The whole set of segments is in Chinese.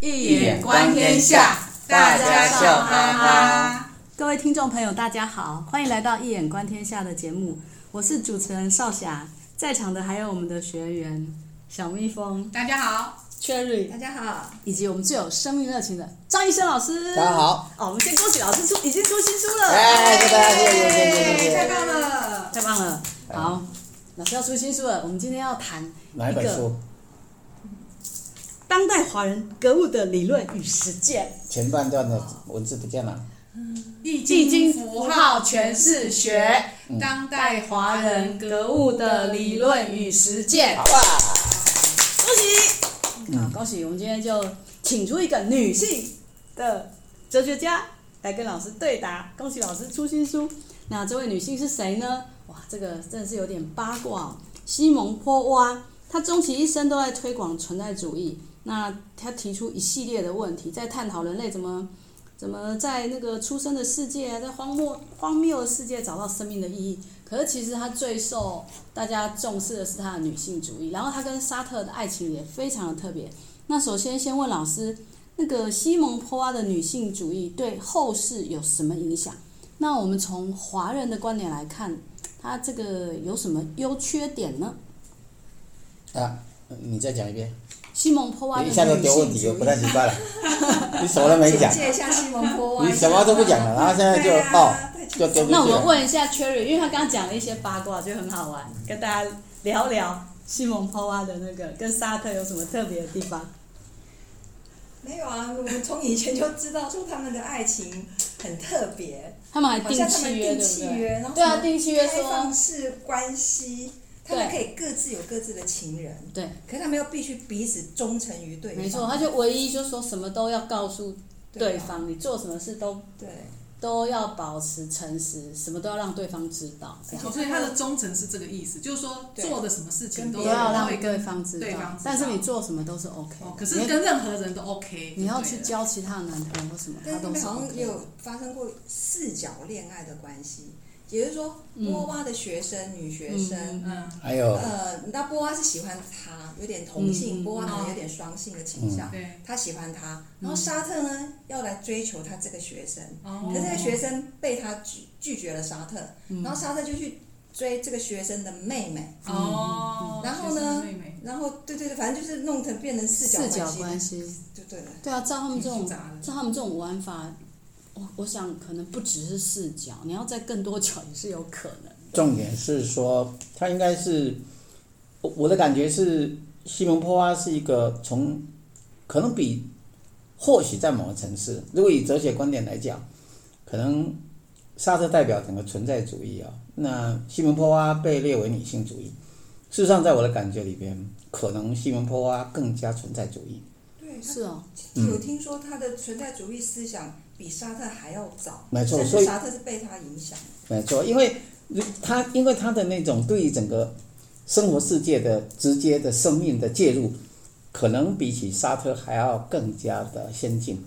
一眼观天下大家笑哈哈。各位听众朋友，大家好，欢迎来到《一眼观天下》的节目，我是主持人少霞，在场的还有我们的学员小蜜蜂大家好， Cherry，大家好，以及我们最有生命热情的张医生老师。大家。好，哦，我们先恭喜老师出已经出新书了。哎谢谢大家谢谢谢谢谢谢谢谢太棒了！太棒了！好，老师要出新书了。我们今天要谈哪一本书？当代华人格物的理论与实践。前半段的文字不见了。易易经经符符号号诠诠释学释学，当代华人格物物的的理理论论与与实实践践。好啊，恭喜！好，恭喜！我们今天就请出一个女性的哲学家来跟老师对答。恭喜老师出新书。那这位女性是谁呢？哇，这个真的是有点八卦哦。西蒙波娃，她终其一生都在推广存在主义。那她提出一系列的问题，在探讨人类怎么怎么在那个出生的世界啊，在荒漠荒谬的世界找到生命的意义。可是其实她最受大家重视的是她的女性主义，然后她跟沙特的爱情也非常的特别。那首先先问老师，那个西蒙波娃的女性主义对后世有什么影响？那我们从华人的观点来看，她这个有什么优缺点呢？啊，你再讲一遍，西蒙波娃的你女一性下主义，都丢问题，我不太明白了。你什么都 没讲，一下西蒙波你什么都不讲了，然后现在就哦，就丢进去那我们了。问一下 Cherry，因为他刚刚讲了一些八卦，就很好玩，跟大家聊聊西蒙波娃的那个跟沙特有什么特别的地方。没有啊，我们从以前就知道说他们的爱情很特别，他们还好啊订像他们契约，定对不契对？约，然后对啊，什么订契约开说放式关系，他们可以各自有各自的情人，对，可是他们又必须彼此忠诚于对方。没错，他就唯一就说什么都要告诉对对啊方，你做什么事都对，都要保持诚实，什么都要让对方知道，这样所以他的忠诚是这个意思，就是说对做的什么事情跟都不别人要都让会对跟方知道对方知道。但是你做什么都是 OK，哦的、可是跟任何人都 OK 就对了。啊你要去交其他的男朋友或什么，但他是他都们是好像 OK 也的。有发生过四角恋爱的关系，也就是说，嗯波娃的学生、女学生。嗯，还有呃，那波娃是喜欢他，有点同性，嗯波娃可哦能有点双性的倾向，对。他喜欢他，嗯然后沙特呢要来追求他这个学生，哦可是这个学生被他拒拒绝了沙特，嗯然后沙特就去追这个学生的妹妹，哦，然后学呢生妹妹然后对对对，反正就是弄成变成四角四角关关系，系，就对了。对啊，照他们挺这复种，杂的。照他们这种玩法，我我想可能不只是四角，你要在更多角也是有可能。重点是说，他应该是我我的感觉是，西蒙波娃是一个从可能比或许在某个城市，如果以哲学观点来讲，可能沙特代表整个存在主义啊、那西蒙波娃被列为女性主义。事实上，在我的感觉里边，可能西蒙波娃更加存在主义。对，是哦，他有听说他的存在主义思想比沙特还要早，没错甚至所以沙特是被他影响。没错，因为如他因为他的那种对于整个生活世界的直接的生命的介入，可能比起沙特还要更加的先进，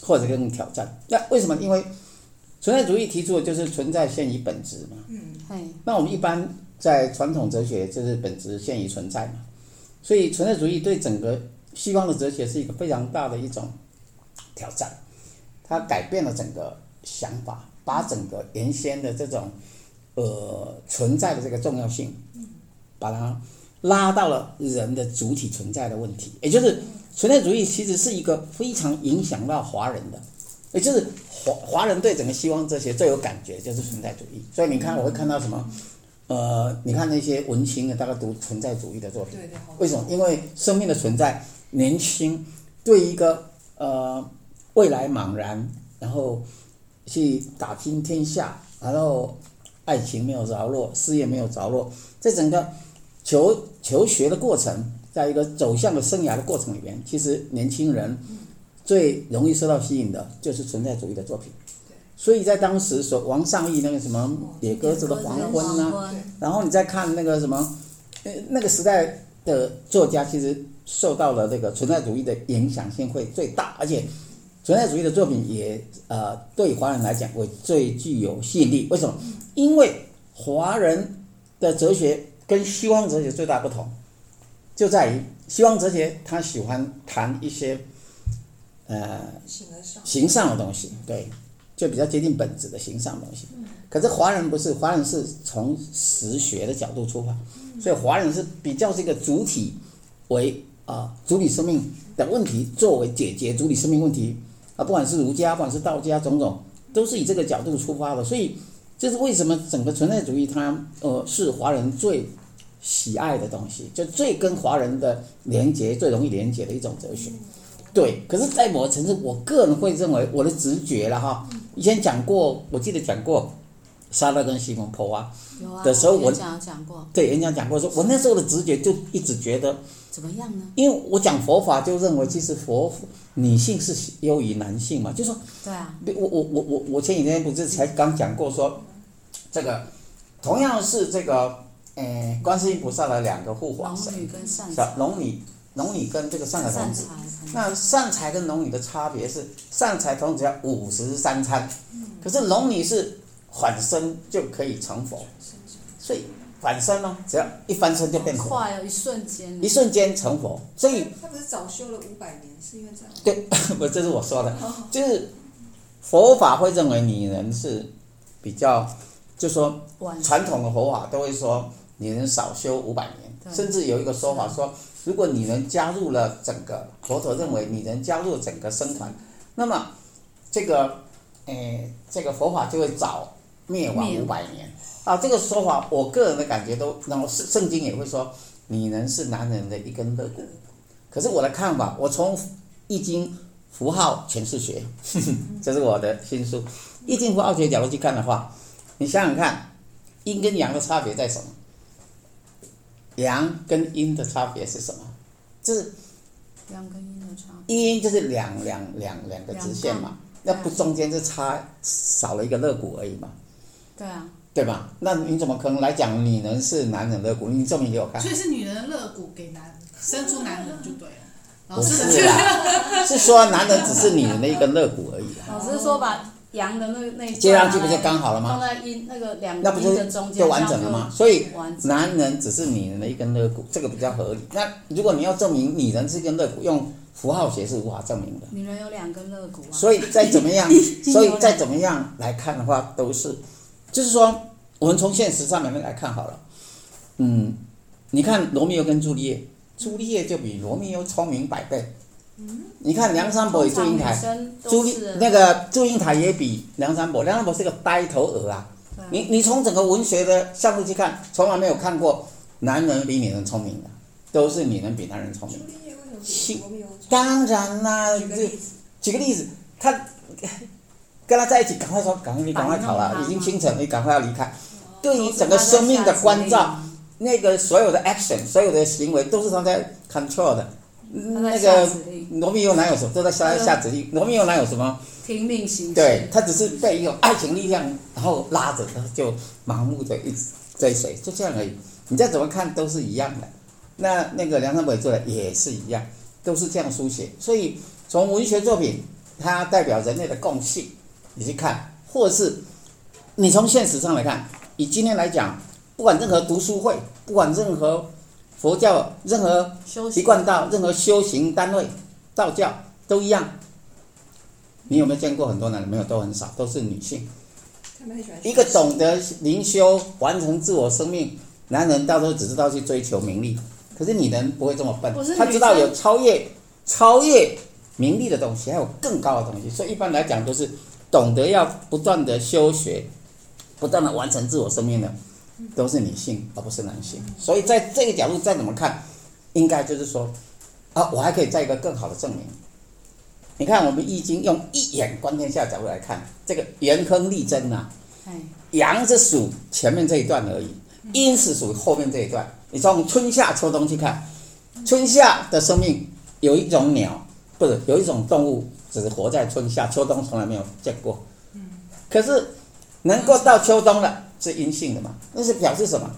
或者更挑战。那为什么？因为存在主义提出的就是存在现于本质嘛。嘿，那我们一般在传统哲学就是本质现于存在嘛，所以存在主义对整个西方的哲学是一个非常大的一种挑战，它改变了整个想法，把整个原先的这种呃存在的这个重要性，把它拉到了人的主体存在的问题，也就是存在主义其实是一个非常影响到华人的。也就是华华人对整个西方哲学最有感觉就是存在主义，所以你看我会看到什么，呃，你看那些文青的大概读存在主义的作品，对对，好为什么？因为生命的存在，年轻对一个呃未来茫然，然后去打拼天下，然后爱情没有着落，事业没有着落，在整个求求学的过程，在一个走向的生涯的过程里面，其实年轻人最容易受到吸引的就是存在主义的作品。所以在当时所王上义那个什么哦哦野鸽子的黄昏啊呐、然后你再看那个什么，呃，那个时代的作家其实受到了这个存在主义的影响性会最大，而且存在主义的作品也呃对华人来讲会最具有吸引力。为什么？因为华人的哲学跟西方哲学最大不同，就在于西方哲学他喜欢谈一些呃形而上，形上的东西，对，就比较接近本质的形上的东西。可是华人不是，华人是从实学的角度出发，所以华人是比较这个主体为啊、主体生命的问题作为解决主体生命问题啊，不管是儒家，不管是道家，种种都是以这个角度出发的。所以这是为什么整个存在主义它呃是华人最喜爱的东西，就最跟华人的连结最容易连结的一种哲学。对，可是，在某个层次，我个人会认为我的直觉了哈。以前讲过，我记得讲过，沙勒跟西蒙波娃有啊，的时候我有讲讲过，对演讲讲过说，我那时候的直觉就一直觉得，怎么样呢？因为我讲佛法就认为，其实佛女性是优于男性嘛，就说对啊，我我我我我前几天不是才刚讲过说，这个同样是这个，呃，观世音菩萨的两个护法龙神，女跟善小财，龙女龙女跟这个善财童善子财，那善财跟龙女的差别是，善财童子要五十三餐，可是龙女是缓身就可以成佛，所以反身哦，只要一翻身就变好佛，快哦，一瞬间一瞬间成佛。所以他不是早修了五百年，是因为这样。对， 不，这是我说的，就是佛法会认为女人是比较，就说完传统的佛法都会说女人少修五百年，对甚至有一个说法说，如果女人加入了整个佛陀认为女人加入整个僧团，那么这个，诶、这个佛法就会早灭亡灭五亡百年啊。这个说法，我个人的感觉都，然后圣圣经也会说，女人是男人的一根肋骨。可是我的看法，我从易经符号诠释学， 这是我的新书。易经符号学角度去看的话，你想想看，阴跟阳的差别在什么？阳跟阴的差别是什么？就是两根阴的差，阴就是两两两两个直线嘛，那两杠不中间就差少了一个肋骨而已嘛，对啊，对吧？那你怎么可能来讲女人是男人肋骨？你证明给我看所，以是女人的肋骨给男生出男人就对了。老不师是啦， 是说男人只是女人的一个肋骨而已啊。老师说把阳的那那一段接上去不拿就来刚好了放吗？在阴那个两那个不阴就的哦中间，就完整了吗？？所以完整，男人只是女人的一根肋骨，这个比较合理。那如果你要证明女人是一根肋骨，用符号学是无法证明的。女人有两根肋骨啊，，所以再怎么样经有所以两再怎么样来看的话，都是，就是说，我们从现实上面来看好了。嗯，你看罗密欧跟朱丽叶，朱丽叶就比罗密欧聪明百倍。你看梁山伯与祝英台，朱朱丽那个祝英台也比梁山伯，梁山伯是个呆头鹅啊。你你从整个文学的角度去看，从来没有看过男人比女人聪明的，都是女人比男人聪明朱。丽叶为什么比罗密欧聪当然啦、明？举个这例子，举个例子，他跟他在一起，赶快说，赶快你赶快跑摆弄了，他已经吗清晨，你赶快要离开。对于整个生命的关照，，那个所有的 action，所有的行为都是他在 control 的。那那个个罗密欧哪有什么都在下下指令，罗密欧哪有什么？听命行事，对他只是被一种爱情力量，然后拉着他就盲目的一直追随，就这样而已。你再怎么看都是一样的。那那个梁山伯与祝英台也是一样，都是这样书写。所以从文学作品，它代表人类的共性，你去看，或是你从现实上来看，以今天来讲，不管任何读书会，不管任何佛教，任何修习行惯到任何修行单位，道教都一样。你有没有见过很多男人？没有，都很少，都是女性。他们很喜欢一个懂得灵修、完成自我生命，男人到时候只知道去追求名利，可是女人不会这么笨不是，她知道女生有超越、超越名利的东西，还有更高的东西。所以一般来讲，都是懂得要不断的修学，不断的完成自我生命的，都是女性而不是男性。所以在这个角度再怎么看，应该就是说，啊，我还可以再一个更好的证明。你看，我们易经用一眼观天下角度来看，这个元亨利贞啊哎，呐、阳是属前面这一段而已，阴是属后面这一段。你从春夏秋冬去看，春夏的生命有一种鸟，不是有一种动物，只活在春夏秋冬，从来没有见过。可是能够到秋冬了，是阴性的嘛？那是表示什么？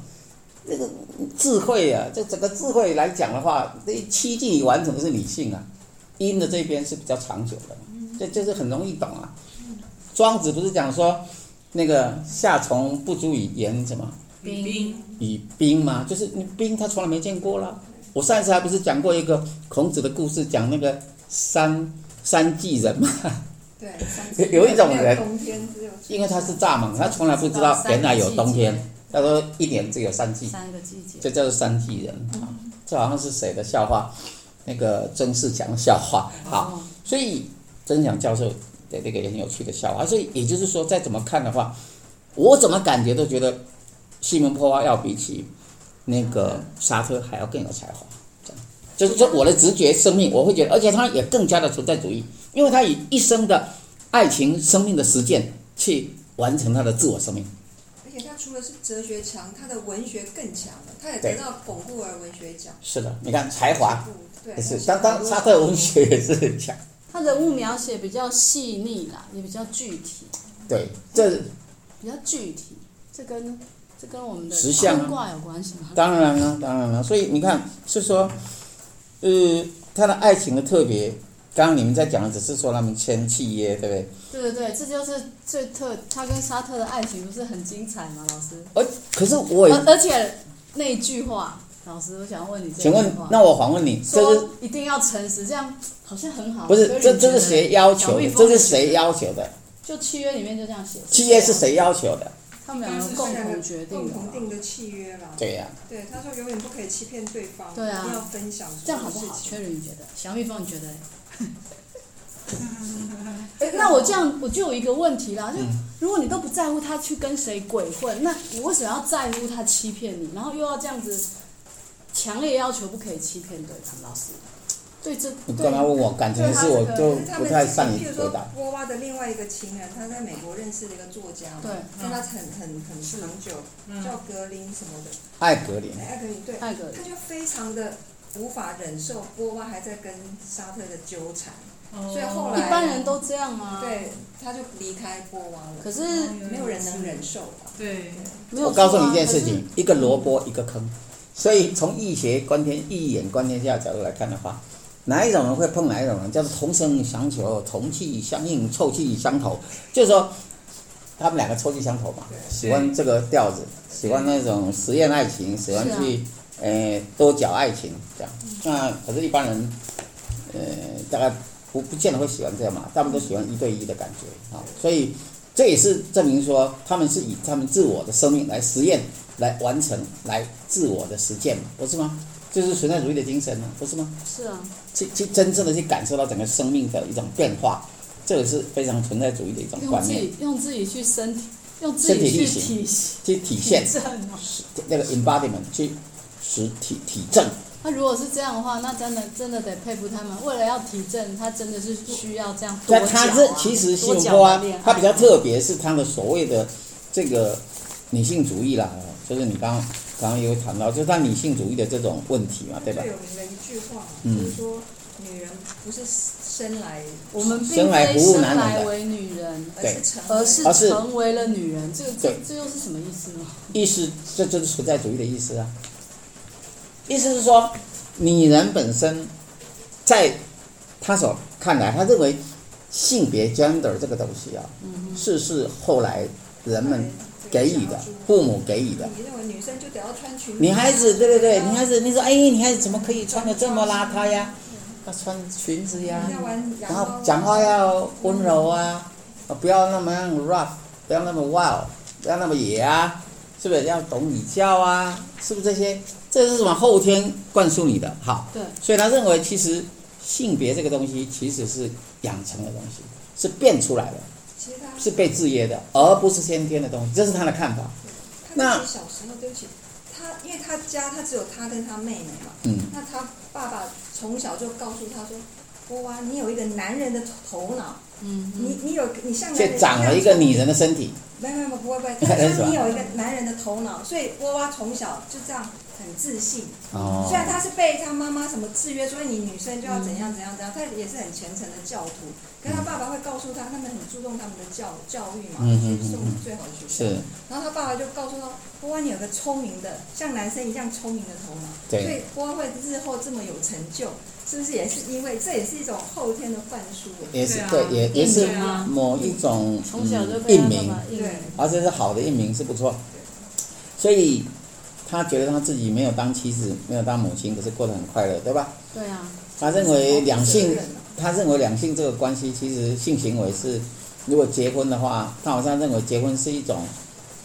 这个智慧啊，这整个智慧来讲的话，这七进完成的是理性啊，阴的这边是比较长久的嘛，这这是很容易懂啊。庄子不是讲说那个夏虫不足以言什么冰冰以冰嘛，就是你冰他从来没见过啦。我上一次还不是讲过一个孔子的故事，讲那个三山地人嘛，对，三 有有一种人没有冬天只有因为他是蚱蜢，他从来不知道原来有冬天。他说一年只有三季，三个季节，这叫做山地人啊。嗯这好像是谁的笑话？那个曾仕强的笑话。好，哦，所以曾祥教授的这个也很有趣的笑话。所以也就是说，再怎么看的话，我怎么感觉都觉得西门坡花要比起那个沙特还要更有才华。这样，就是说我的直觉生命，我会觉得，而且他也更加的存在主义，因为他以一生的爱情生命的实践去完成他的自我生命。而且他除了是哲学强，他的文学更强了，他也对得到巩固尔文学奖。是的，你看才华。对，也是，他当当沙特文学也是很强。他人物描写比较细腻啦，也比较具体，对，这比较具体，这跟这跟我们的实相啊坤卦有关系吗？当然了，当然了。所以你看，是说，呃，他的爱情的特别，刚刚你们在讲的只是说他们签契约，对不对？对对对，这就是最特，他跟沙特的爱情不是很精彩吗？老师，而哦可是我也，而而且那句话，老师，我想问你这句请话，问，那我反问你，这是说一定要诚实，这样好像很好。不所以是你这觉这得是谁要求小蜜的？蜂这是谁要求的？就契约里面就这样写，啊契约是？谁要求的？他们两个共同决定啊共的吧同。定的契约啦。对呀、对，他说永远不可以欺骗对方，对啊一定要分享所有这样好不好？事情缺人你觉得？小蜜蜂你 觉得嘞？哎那我这样我就有一个问题啦，就嗯如果你都不在乎他去跟谁鬼混，那你为什么要在乎他欺骗你？然后又要这样子强烈要求不可以欺骗对方？老师，对这你对干嘛问我感情对的他事？我这个就就是他不们太善于譬如回说答。波娃的另外一个情人，他在美国认识的一个作家嘛，对嗯跟他很很很长久，叫格林什么的，艾格林，哎，格林对，艾格他就非常的无法忍受波娃还在跟沙特的纠缠，所以后来一般人都这样吗？。对，他就离开波娃了，可是没有人能忍受吧？对，没有、啊我告诉你一件事，情，一个萝卜一个坑。所以从易学观天、易眼观天下的角度来看的话，哪一种人会碰哪一种人，叫做同声相求、同气相应、臭气相投。就是说，他们两个臭气相投嘛，喜欢这个调子，喜欢那种实验爱情，喜欢去、呃多角爱情这样。那可是，一般人呃大概不不见得会喜欢这样嘛，他们都喜欢一对一的感觉啊，所以。这也是证明说，他们是以他们自我的生命来实验、来完成、来自我的实践嘛，不是吗？这是存在主义的精神呢，不是吗？是啊，去去真正的去感受到整个生命的一种变化，这也是非常存在主义的一种用观自念，己用自己去身体，用自己去体去体现体 证哦。那个 embodiment，去实体体证。那如果是这样的话，那真的真的得佩服他们，为了要提振，他真的是需要这样多但角、啊。他这其实西多蒙角波啊的恋爱，他比较特别是他的所谓的这个女性主义啦，就是你刚刚刚刚也有谈到，就是他女性主义的这种问题嘛，对吧最？有名的一句话嗯就是说，女人不是生来，我们并非生生来不务男人的来为女人，而是成为而是而是成为了女人，这个这对这又是什么意思呢？意思，这就是存在主义的意思啊。意思是说，女人本身在他所看来，他认为性别 gender 这个东西啊，嗯是是后来人们给予的，父母给予的。你认为女生就得要穿裙子？啊女孩子，对对对，女孩子，你说，哎，女孩子怎么可以穿的这么邋遢呀？要穿裙子呀，要玩啊然后讲话要温柔啊，啊不要那么样 rough，不要那么 wild，不要那么野啊，是不是？要懂礼教啊，是不是这些？这是什么后天灌输你的？好，对，所以他认为其实性别这个东西其实是养成的东西，是变出来的，嗯其实他是被制约的，而不是先天的东西，这是他的看法。他自己小时候，对不起，他因为他家他只有他跟他妹妹嘛，嗯，那他爸爸从小就告诉他说：“波娃，你有一个男人的头脑，嗯，你你有你像男人却长了一个女人的身体，没有没有不会不会，他说你有一个男人的头脑，所以波娃从小就这样很自信。哦虽然他是被他妈妈什么制约，所以你女生就要怎样怎样怎样，他也是很虔诚的教徒。可是他爸爸会告诉他，他们很注重他们的教教育嘛，嗯去嗯嗯送最好的学校。是然后他爸爸就告诉他，波娃你有个聪明的，像男生一样聪明的头脑，对所以波娃会日后这么有成就，是不是也是因为这也是一种后天的灌输？也是对对啊，也也是对啊某一种从小就嗯被印他名爸。爸印对而且是好的一名是不错，所以他觉得他自己没有当妻子，没有当母亲，可是过得很快乐，对吧？对啊，他认为两性责任啊他认为两性这个关系，其实性行为是，如果结婚的话，他好像认为结婚是一种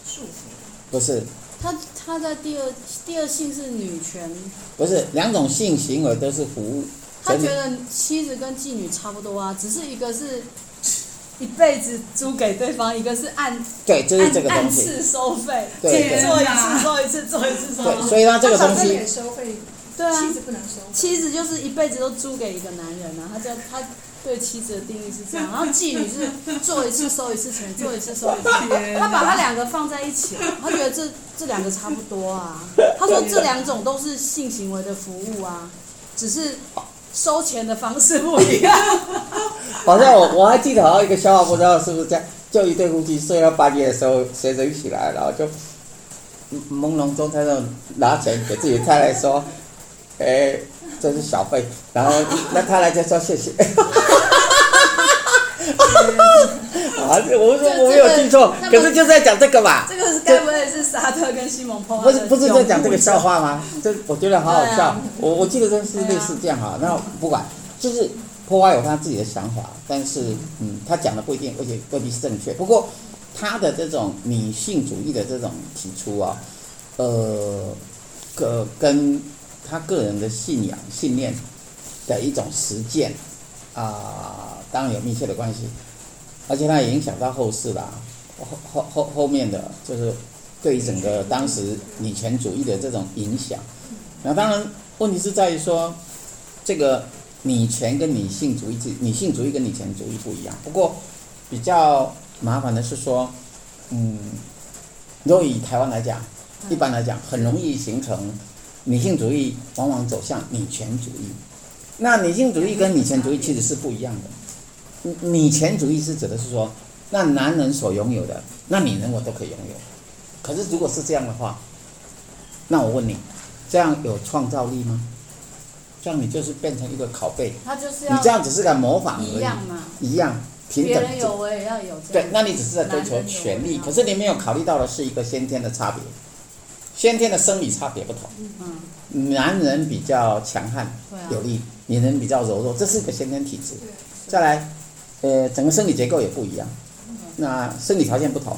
束缚，不是他他在第二第二性是女权，不是两种性行为都是服务，他真觉的得妻子跟妓女差不多啊，只是一个是一辈子租给对方，一个是按对，就是这个按按东西。次收费，对请对做一次做一次做一次收一对，次，所以他这个东小三西可以收费，对啊妻。子不能收费。妻子就是一辈子都租给一个男人啊，他叫他对妻子的定义是这样，然后妓女是做一次收一次钱，做一次收一次钱，他把他两个放在一起，他觉得这这两个差不多啊。他说这两种都是性行为的服务啊，只是收钱的方式不一样。 好像我我还记得好像一个笑话，不知道是不是这样，就一对夫妻睡到半夜的时候，谁谁一起来，然后就嗯朦胧中他就拿钱给自己太太说，哎、这是小费，然后那太太就说谢 谢。啊，这我说我没有记错，这这个可是就是在讲这个嘛，这个是该不会是沙特跟西蒙碰不是不是在讲这个笑话吗？这我觉得好好对笑啊，我我记得真是类似这样哈。那不管，就是破坏有他自己的想法，但是嗯，他讲的不一定，而且未必是正确。不过他的这种女性主义的这种提出啊，呃，个跟他个人的信仰信念的一种实践啊、当然有密切的关系，而且它也影响到后世啦，后后后后面的就是对于整个当时女权主义的这种影响。那当然，问题是在于说，这个女权跟女性主义之，女性主义跟女权主义不一样。不过比较麻烦的是说，嗯，如果以台湾来讲，一般来讲很容易形成女性主义往往走向女权主义。那女性主义跟女权主义其实是不一样的。女女权主义是指的是说，那男人所拥有的，那女人我都可以拥有。可是如果是这样的话，那我问你，这样有创造力吗？这样你就是变成一个拷贝，他就是你要这样只是在模仿而啊已，一样嘛，一样平别等。人有我也要有这对样。，那你只是在追求男人有权利，我也要可是你没有考虑到的是一个先天的差别，先天的生理差别不同。嗯，男人比较强悍对啊有力，女人比较柔弱，这是一个先天体质。对，再来，呃，整个生理结构也不一样，嗯那生理条件不同。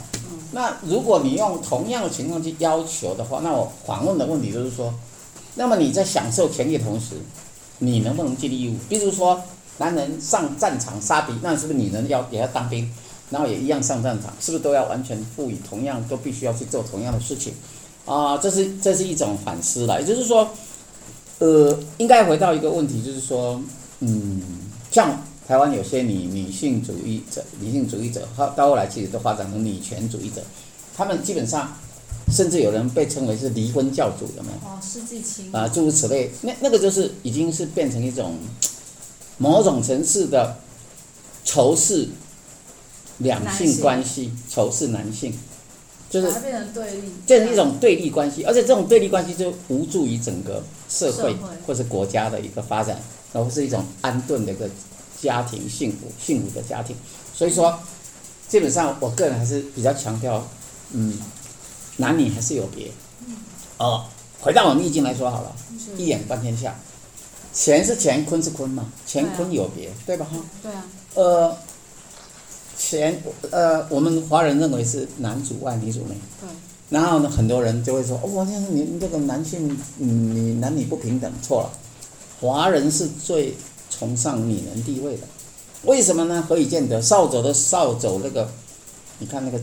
那如果你用同样的情况去要求的话，那我反问的问题就是说，那么你在享受权利的同时，你能不能尽义务？比如说，男人上战场杀敌，那是不是女人要也要当兵，然后也一样上战场，是不是都要完全赋予同样，都必须要去做同样的事情？啊、这是这是一种反思了，也就是说，呃，应该回到一个问题，就是说，嗯，像台湾有些女女性主义者、女性主义者，后到后来其实都发展成女权主义者，他们基本上，甚至有人被称为是离婚教主，有没有？哦，世纪情啊，诸如此类，那那个就是已经是变成一种某种层次的仇视两男性性啊关系，仇视男性，就是把它变成对立，这是一种对立关系，而且这种对立关系就无助于整个社社会会或是国家的一个发展，然后是一种安顿的一个家庭幸福幸福的家庭。所以说，基本上我个人还是比较强调，嗯，男女还是有别。哦，回到我们易经来说好了，一眼观天下，乾是乾，坤是坤嘛，乾坤有别，对吧？哈，对啊，呃，乾呃，我们华人认为是男主外女主内。对，然后呢，很多人就会说：“哦，现在你你这个男性，嗯你男女不平等，错了。华人是最崇尚女人地位的，为什么呢？何以见得？扫帚的扫帚那个，你看那个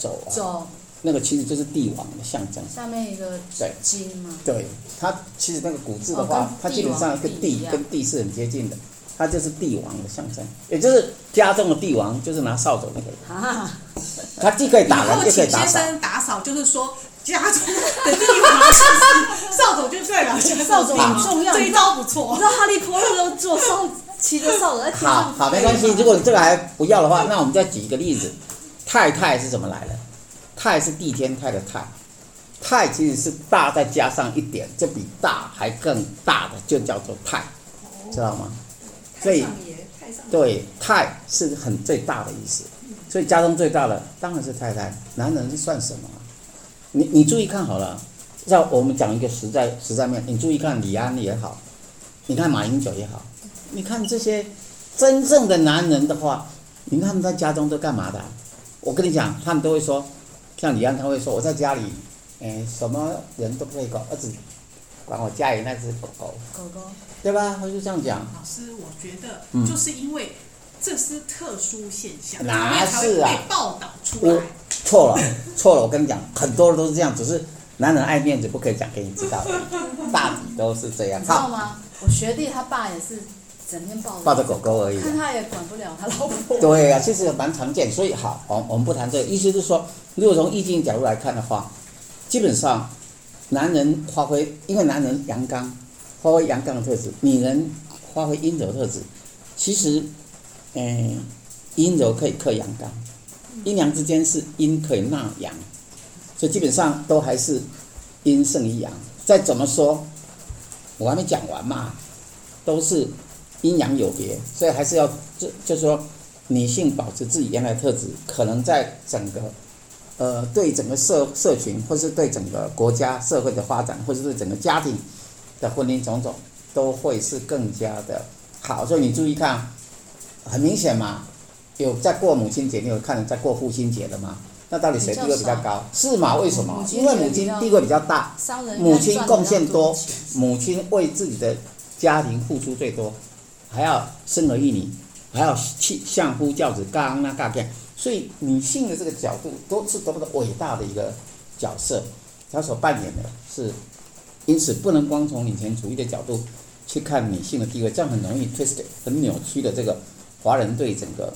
帚啊，走那个其实就是帝王的象征。下面一个对金嘛，对，它其实那个古字的哦话，它跟基帝本王上一个帝帝一样跟帝是很接近的，它就是帝王的象征，也就是家中的帝王，就是拿扫帚那个人，啊，他既可以以打后人，又可以请打先扫。生打扫，就是说家中的地方就是扫帚就对了，扫帚很重要这一招不我错知。道哈利波特都坐扫骑着扫帚在天好上好，没关系。如果你这个还不要的话，那我们再举一个例子，太太是怎么来的？太是地天太的太，太其实是大再加上一点，这比大还更大的就叫做太，知道吗？所太以上爷，太上爷，对，太是很最大的意思，所以家中最大的当然是太太，男人是算什么啊？你你注意看好了，让我们讲一个实在实在面，你注意看李安也好，你看马英九也好，你看这些真正的男人的话，你看他们在家中都干嘛的啊、我跟你讲，他们都会说，像李安他会说，我在家里，哎，什么人都不会管，儿子管我家里那只狗狗，狗狗，对吧？他就这样讲，老师，我觉得嗯就是因为这是特殊现象，哪所以才会是啊被报道出我来。错了，错了，我跟你讲，很多人都是这样，只是男人爱面子，不可以讲给你知道， 大抵都是这样你，知道好，吗？我学弟他爸也是整天抱抱着狗狗而已啊。看他也管不了他老婆。对呀、啊，其实蛮常见，所以好，我们我们不谈这个，意思是说，如果从易经角度来看的话，基本上男人发挥，因为男人阳刚，发挥阳刚的特质，女人发挥阴柔特质。其实，嗯、阴柔可以克阳刚，阴阳之间是阴可以纳阳，所以基本上都还是阴胜于阳。再怎么说，我还没讲完嘛，都是阴阳有别，所以还是要就就是说。女性保持自己原来的特质，可能在整个呃对整个社社群，或是对整个国家社会的发展，或是对整个家庭的婚姻种种，都会是更加的好。所以你注意看，很明显嘛，有在过母亲节，你有看人在过父亲节的吗？那到底谁地位比较高？是吗？为什么母？亲节因为母亲地位比较大，商人母亲贡献多应该赚得比较钱母亲为自己的家庭付出最多，还要生儿育女，还要去相夫教子，干那干干。所以女性的这个角度都是多么的伟大的一个角色，她所扮演的是，因此不能光从女权主义的角度去看女性的地位，这样很容易 twist 很扭曲的这个华人对整个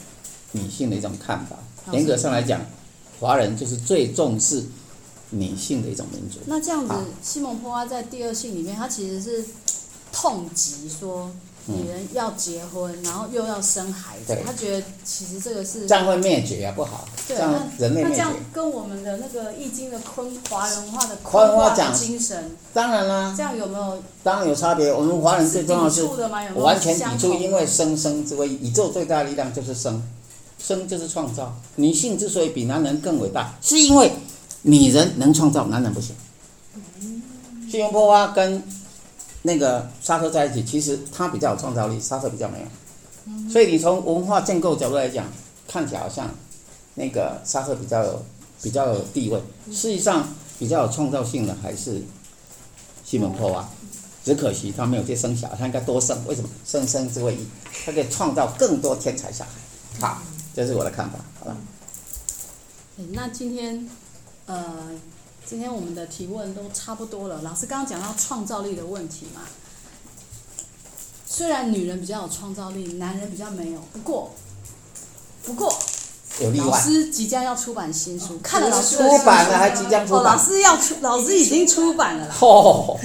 女性的一种看法。好严格上来讲，华人就是最重视女性的一种民族。那这样子好，西蒙波娃在第二性里面，他其实是痛击说嗯女人要结婚，然后又要生孩子对，他觉得其实这个是这样会灭绝啊，不好，这对样人类那灭这绝样。跟我们的那个易经的坤华人文化 的华人文化的讲精神，当然啦这，样有没有当然有差别。我们华人最是重要的抵是触的吗？有没有完全哎相抵同触，因为生生之威，宇宙最大的力量就是生，生就是创造。女性之所以比男人更伟大，是因为女人能创造，男人不行。西蒙波娃跟那个沙特在一起，其实他比较有创造力，沙特比较没有。嗯所以你从文化建构角度来讲，看起来好像那个沙特比较有比较有地位，嗯事实上比较有创造性的还是西蒙波娃。只可惜他没有去生小孩，他应该多生。为什么？生生之谓一，他可以创造更多天才小孩。好，嗯这是我的看法，好吧？诶那今天，呃，今天我们的提问都差不多了。老师刚刚讲到创造力的问题嘛，虽然女人比较有创造力，男人比较没有，不过，不过有例老外，师即将要出版新书，看了老师出的新书版了，还即将出哦，版老。师要出，老师已经出版了啦。哦，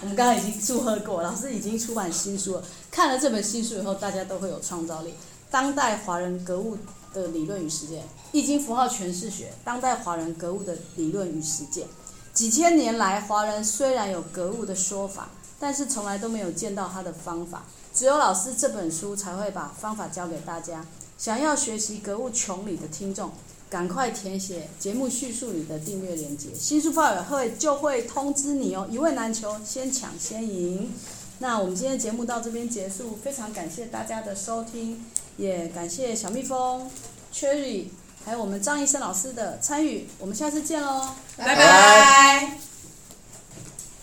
我们刚刚已经祝贺过，老师已经出版新书了。看了这本新书以后，大家都会有创造力。当代华人格物的理论与实践，《易经符号诠释学》，当代华人格物的理论与实践。几千年来，华人虽然有格物的说法，但是从来都没有见到它的方法。只有老师这本书才会把方法教给大家。想要学习格物穷理的听众，赶快填写节目叙述里的订阅链接，新书发表会就会通知你哦，一位难求，先抢先赢。那我们今天节目到这边结束，非常感谢大家的收听，也感谢小蜜蜂、Cherry，还有我们张医生老师的参与，我们下次见喽。拜拜拜。